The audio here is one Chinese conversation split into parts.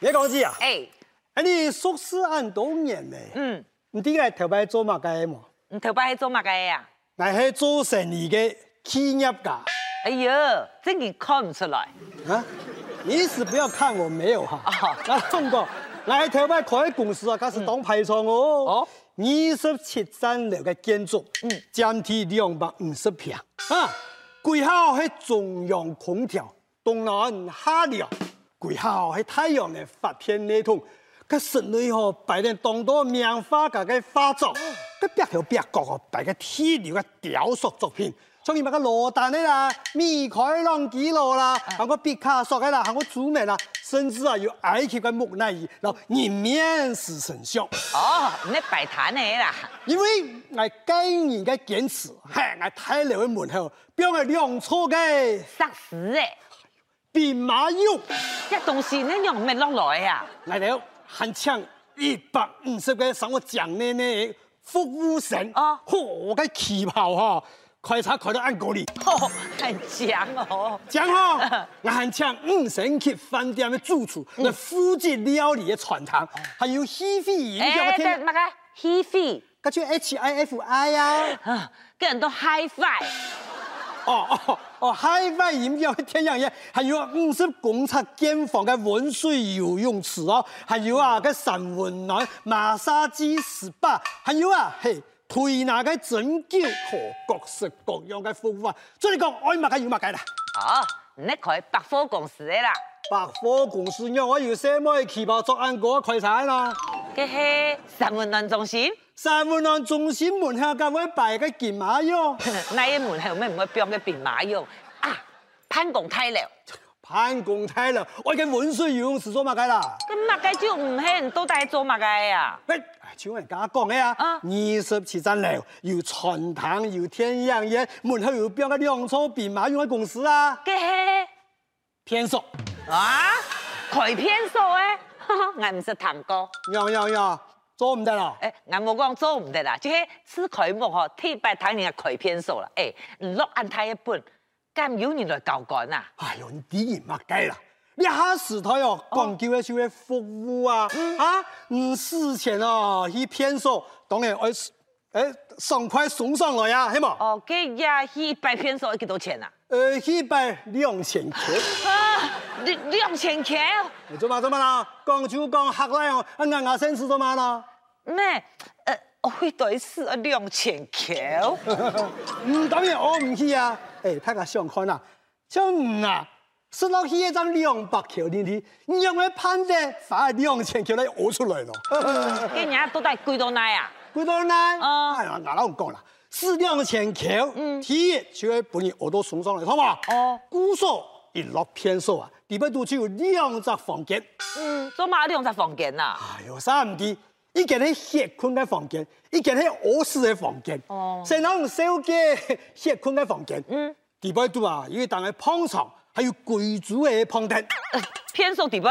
叶公子啊，哎，啊你硕士按多年嘞？嗯，你第一个头摆做嘛个嘛？你头摆去做乜嘅呀？乃是做生意的企业家哎呦，真嘅看唔出来。啊！你是不要看我没有哈、啊啊？那中国，来台湾开公司啊，它是当排场哦哦。二十七层楼的建筑，嗯占地两百五十平啊。贵校是中央空调，东南下料。贵校是太阳能发电系统，佮室内吼摆点当多棉花甲个花哦罩，佮壁条壁角哦摆个铁流嘅雕塑作品。像伊物個羅丹的啊啦、米開朗基羅啦，還有畢卡索的啦，還有朱梅啦，甚至啊有埃及嘅木乃伊，然後人面是神像。哦，你摆摊嘅啦。因為我個人嘅堅持，係我睇樓嘅門口，表我兩錯嘅殺死诶，兵馬俑，一东西你用咩落来呀？嚟了還搶一百五十個生活獎呢呢，服務神啊啊，嚯嘅旗袍哈，開叉開到按高哩。哦，很强哦。讲哦，我很请五星级饭店的主厨来负责料理的传统，还有西非营销的哎，天，乜嘅？He fi，那就 H I F I 啊，啊，个人都 high five。哦哦哦，海外营销的天样嘢，还哎有五十公尺建房嘅温水游泳池哦，还有啊个啊三温暖马杀鸡 SPA，还有啊嘿。推拿嘅针灸和各式各樣嘅服務啊，所以講愛乜嘅要乜嘅啦。哦，你开百货公司嘅啦。百貨公司讓我要什麼旗袍作案嗰個財產啦？嘅係三温暖中心，三文岸中心门口咁位摆个金马俑，那一門係咩唔會變嘅兵馬俑啊？潘公太了，潘公睇啦，我嘅温水游泳池做乜嘅啦？咁乜嘅就唔係人都帶做乜嘅呀？喂，像人家講嘅啊，啊二十七層樓，有傳統，有天然嘅，門口有標個兩粗兵馬俑嘅公司啊，嘅係天數。啊，佢偏數 嘅，我唔識彈歌，呀呀呀，做唔得啦！誒，我冇講做唔得啦，就係吃佢木嗬，鐵拜彈人嘅佢偏數啦，誒，落安太一半，咁有人來教幹啊？哎呦，你啲人乜計啦？你下時代哦，講究嘅少嘅服務啊，啊，唔事前哦，去偏數，當然愛，誒，爽快送上來啊，係冇？哦，嘅呀，去拜偏數要幾多錢啊？呃，一百两千克。啊，兩兩千塊哦。你做嘛做嘛啦？讲就讲客来哦，俺牙牙生是做嘛啦？咩？呃，我会对是啊两千哦九。 唔当然我唔去啊！哎，大家想看啊，像我啊，是落去一张两百克的你，你用个盘子把两千克来讹出来了。今年都带贵到奶啊！几多呢？啊嗯哎呀，牙老讲啦，是两千克，第一就要把你耳朵送上来，好嘛？哦古数一落偏数啊，里边都只有两只房间。嗯，做嘛两只房间呐、啊？哎呦，三唔知，一間喺歇困嘅房間，一間喺卧室嘅房間，哦成兩小嘅歇困嘅房間。嗯嗯，地板度啊，要當係碰床，還有貴族嘅碰凳。呃偏手底不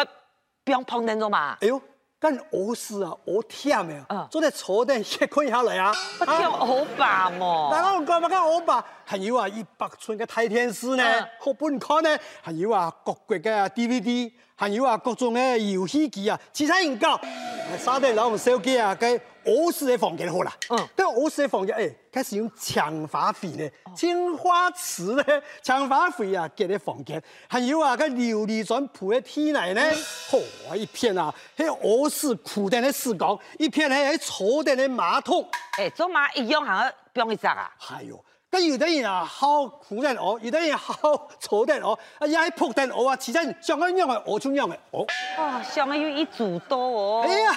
不用碰灯做嘛？哎呦，間卧室啊，好忝嘅嗯啊，做啲坐凳歇困下來啊。不跳好吧但嘛？我講乜嘅我吧，還有啊一百寸嘅大電視呢嗯，好本看呢，還有啊各國嘅 DVD，還有啊各種嘅遊戲機啊，其他人講，沙地攞用手機啊，嘅卧室嘅房間好啦，嗯咁卧室嘅房間誒，開始用強化肥呢，哦青花瓷呢， 強化肥啊，嘅啲房間，還有啊嘅琉璃磚鋪嘅天奶 呢，好一片啊，喺卧室鋪凳嘅視角，一片喺喺坐凳嘅馬桶。哎、做嘛一样行不用一只啊？哎呦，跟有的人啊好苦的哦，有的人好丑的哦，啊也係扑的哦啊，其實像我樣嘅我就樣嘅哦。哦，想要一组多哦。哎呀，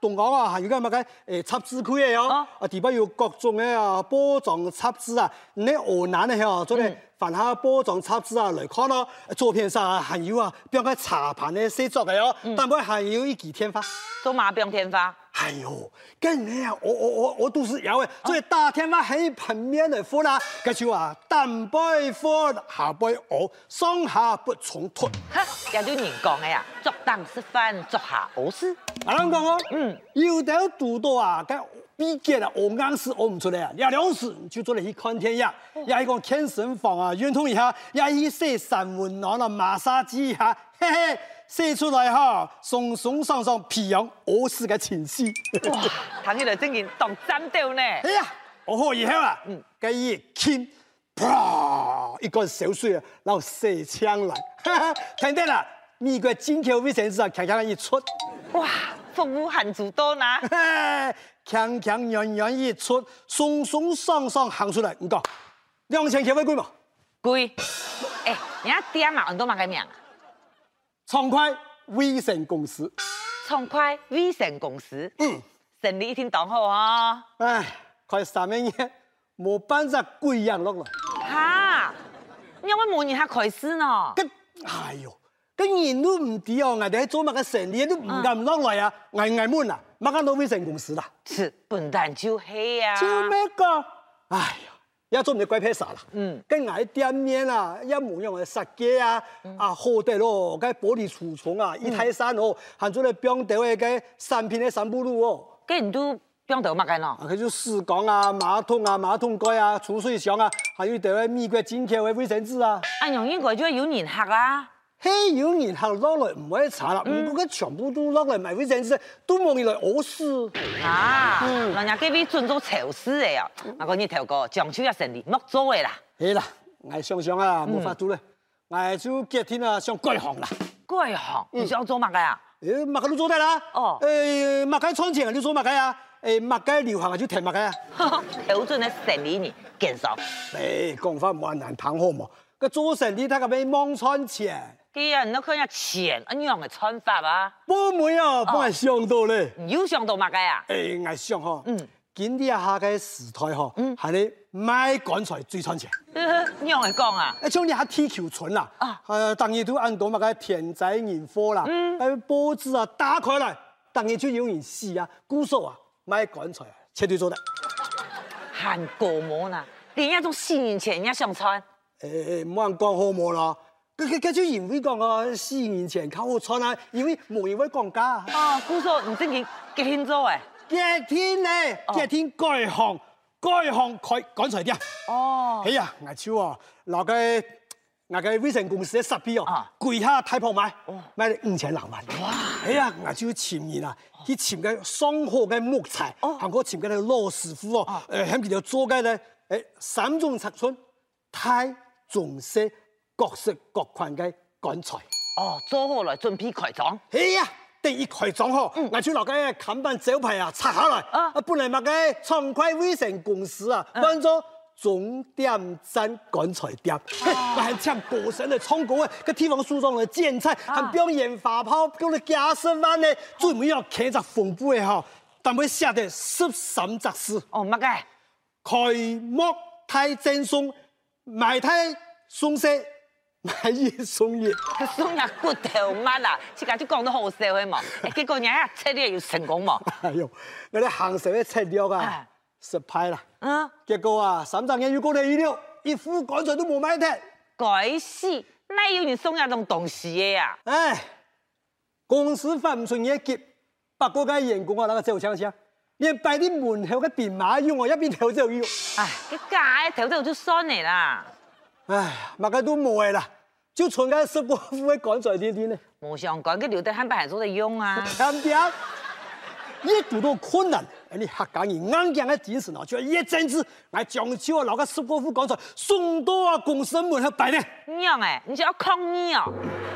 同講啊，係有間乜嘅誒插枝區嘅哦啊，啊地方有各種嘅啊波狀插枝啊，你河南嘅哦，做咧凡下波狀插枝啊嚟看咯，照片上啊還有啊，比如講茶盤嘅寫作嘅哦，但不過還有一幾天花。做嘛不用天花？哎呦，跟你啊，我我我我都是有嘅，所以大天花喺旁面嚟敷啦。佢就話蛋白敷下背我，上哦下不重脱。哈，也就人讲的呀，作当吃饭，作下偶事。阿啷講哦，嗯嗯，要到肚多啊，跟逼急了，我硬是我唔出来啊，也两时就做了去看天呀，也一个健身房啊，运动一下，也去洗三温暖了，马杀鸡一下，嘿嘿，洗出来哈，松松爽爽，皮痒，我是个情绪。哇，唐起来真件当针掉呢。哎呀，我好以后啊，嗯，cái gì kim，啪，一个小水啊，然后射枪来， 哈哈，听到啦，美国进口卫生纸啊，强强一出， 哇，服务汉族多呐。嘿强强软软一出，松松爽爽行出来，你讲，两千块会贵吗？贵。哎、人家爹嘛，很多嘛个名啊，畅快卫生公司，创快微信公司，嗯，生意一定当好哦。哎，快三明嘢，冇办法贵样落了。哈，因为每年还开始呢。跟哎呦，跟人都唔知哦，我哋喺做乜嘅生意都唔敢落嚟啊，挨挨闷啊，乜間都會成公司啦。是笨蛋就黑呀、啊。做咩講？哎呀，要做唔到鬼撇啥啦。嗯嗯，跟挨店面啊，一模樣嘅殺雞啊，啊好得咯，跟玻璃櫥窗啊，一台山哦，行咗嚟冰島嘅跟三片嘅散步路哦。跟人都冰头嘛个啊喏，，佢就屎缸啊、馬桶啊、馬桶蓋啊、儲水箱啊，還有台美國進口嘅衛生紙啊。按用英國就有人客啊。嘿，有年後落嚟唔可以查啦，唔過佢全部都落嚟埋嗰陣時，都望原來我輸。啊，嗯人家隔壁准做潮湿的呀，我跟你头哥，漳州也生意莫做的啦，係啦，我想想啊，冇法度咧，我就今天啊想改行啦。改行你想做嘛啊个 呀？誒，麥雞都做得啦。哦誒，麥雞餐前啊，你做麥雞啊。誒，麥雞流行啊，就停麥雞啊。頭准的生意呢，減少。誒，講哎法冇人難談好冇。個做成你睇個咩芒餐前，既然你看人家錢一樣的穿法啊，波妹啊，幫人上到咧。你有想到嘛個呀？誒，我想嗬哦嗯，今啲下嘅時代嗬，係你買乾菜最餐前。 你樣嚟講啊，誒，像你下踢球村啦，啊嗯誒，當然都按到乜嘅田仔年貨啦，誒，波子啊打開嚟，當然就有人試啊，姑嫂啊，買乾菜啊，絕對做得。韓國模呢，連一種四年前人家想穿，誒呃冇人講好冇啦，佢佢佢就因為講啊，四年前靠好穿啊，因為冇人會講價。哦，姑嫂你真係結婚做誒，今天咧，哦今天改行，改行改乾脆啲啊！哦哎，呀，牙超啊，嗱嘅牙嘅微信公司嘅十 P 哦啊，哦跪下睇鋪買，買咗五千兩萬。哇！哎呀，牙超潛言啊，佢潛嘅上好嘅木材，哦韓國潛嘅羅師傅哦啊，誒喺佢度做嘅咧，誒三種尺寸，太重色各色各款嘅乾材。哦，做好了準備開張。哎呀！第一開張吼，牙超落嘅看板招牌啊拆下來，啊嗯啊本來物嘅創快微成公司啊，啊搬咗總點站乾菜店，嘿我係請歌神嚟唱歌嘅，個地方梳妝嚟剪彩，還表演花炮，叫你加十萬咧，最尾要騎隻風杯吼，但會寫得十三隻字，哦，乜嘅？開幕太正送，賣太送色，買一送一。佢送入骨頭乜啦？自家就講得好笑嘅嘛，哎 結果人家策略又成功嘛，哎呦，我哋行社嘅策略哎啊，失敗啦。 嗯，結果啊，三張嘢要高你預料，一副乾脆都冇買聽。改死，那有人送入種東西嘅呀？唉，公司發唔順嘢結，不過嘅員工啊，那個走槍槍，連擺啲門口嘅電話要我一邊頭就要。唉，佢假嘅頭頭就算你啦，唉，乜嘅都冇嘅啦，就存緊十個副嘅乾脆啲啲呢。冇想講佢留得漢白做得用啊。聽唔聽？一遇到困難，哎你客家人硬頸嘅精神啊，就係一陣子，我漳州啊，留個十個副乾脆送到啊公司門口擺呢。娘哎，你就要抗議哦。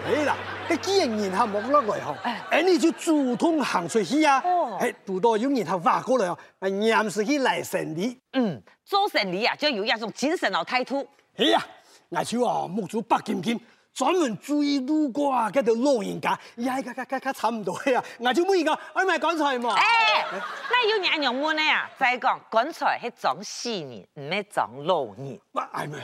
哎啦，佢既然然後冇落來吼哎，哎你就主動行出去啊哦，哎遇到有然後話過來哦，哎硬是去來神你，嗯，做生意啊，就要有一種精神老態度。哎呀，我就哦目珠白金金，專門注意路過啊嗰條老人家，哎呀咔咔咔咔差唔多呀，我就每個哎咪講錯嘛，哎，那有人用問的呀？再講，剛才係裝死人，唔係裝老人。我哎咪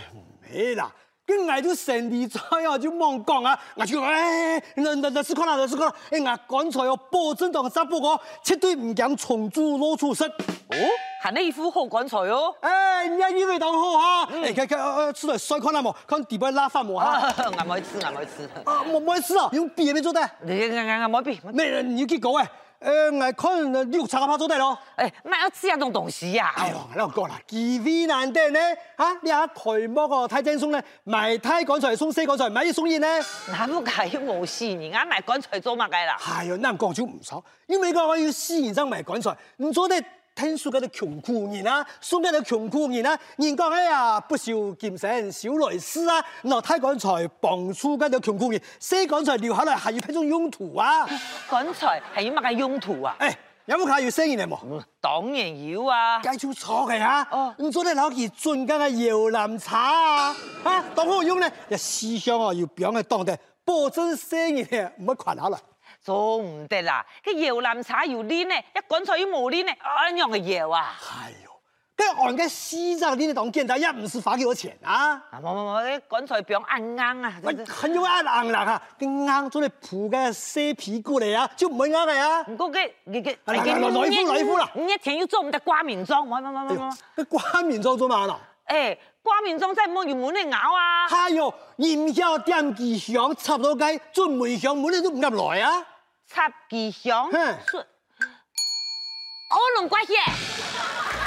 哎啦。跟我就神地在哦，就忙講啊！我就哎，那那那是看啦，那是看啦！哎，我剛才哦，保證當十不過，絕對唔敢重組老出身。哦，喊你一副好剛才哦。 哎，你要以为当好哈？哎，看看呃，出来甩看了冇？看底部拉饭冇哈？啊，我冇吃，我冇吃。啊，没没事啊，用别的做的，你我我我冇比，没人你就去搞哎。呃，我看呃绿茶怕做得咯。哎，那要吃那种东西呀、哦哎呦，我老讲啦，机会難得呢，啊，你下台幕哦，太正松呢，賣太趕材送西趕材，買一送二呢。那不解要冇事，人家买干脆做乜嘅啦？係啊，啱講就唔少，因為講我要私人生賣趕材，唔做得聽說嗰啲窮苦人啊，送嗰啲窮苦人啊，人講哎呀，不少劍神小雷斯啊，攞太趕材幫助嗰啲窮苦人，西趕材留下來係要批種用途啊。干脆系要乜嘅用途啊？誒、有冇睇要生意嚟冇？當然要啊！介紹錯嘅嚇哦，唔做你攞件樽間嘅搖籃茶啊，嚇當好用咧，一思想哦要表嘅當地，保證生意嘅唔好群下啦。做唔得啦，cái dầu làm xả dầu liên này, cái cuốn xoay mù liên này, ăn nhon cái dầu à? 係喎，哎跟住按嘅西藏呢啲當見底一唔是花幾多錢啊？ À, mà mà mà cái cuốn xoay biếng ăn ngang à? 喂，很有壓硬啦嚇，啲硬咗你抱嘅蛇皮過嚟啊，就唔會硬嘅啊。 Không có cái cái cái À, là- là- là- lấy phú, lấy phú nào. Nhất thiện yêu trông ta qua miền trong, mà mà mà 哎 mà. 呦 mà.，你掛面裝咗嘛嗱？ Ê, qua miền trong tại mua nhiều muốn này ngáo à? 哎呦，鹽香點幾香，插到雞，準梅香滿你都唔敢來啊！ Sạp kỳ hióng. Hả? 哦 Ô lồng quá hiệ.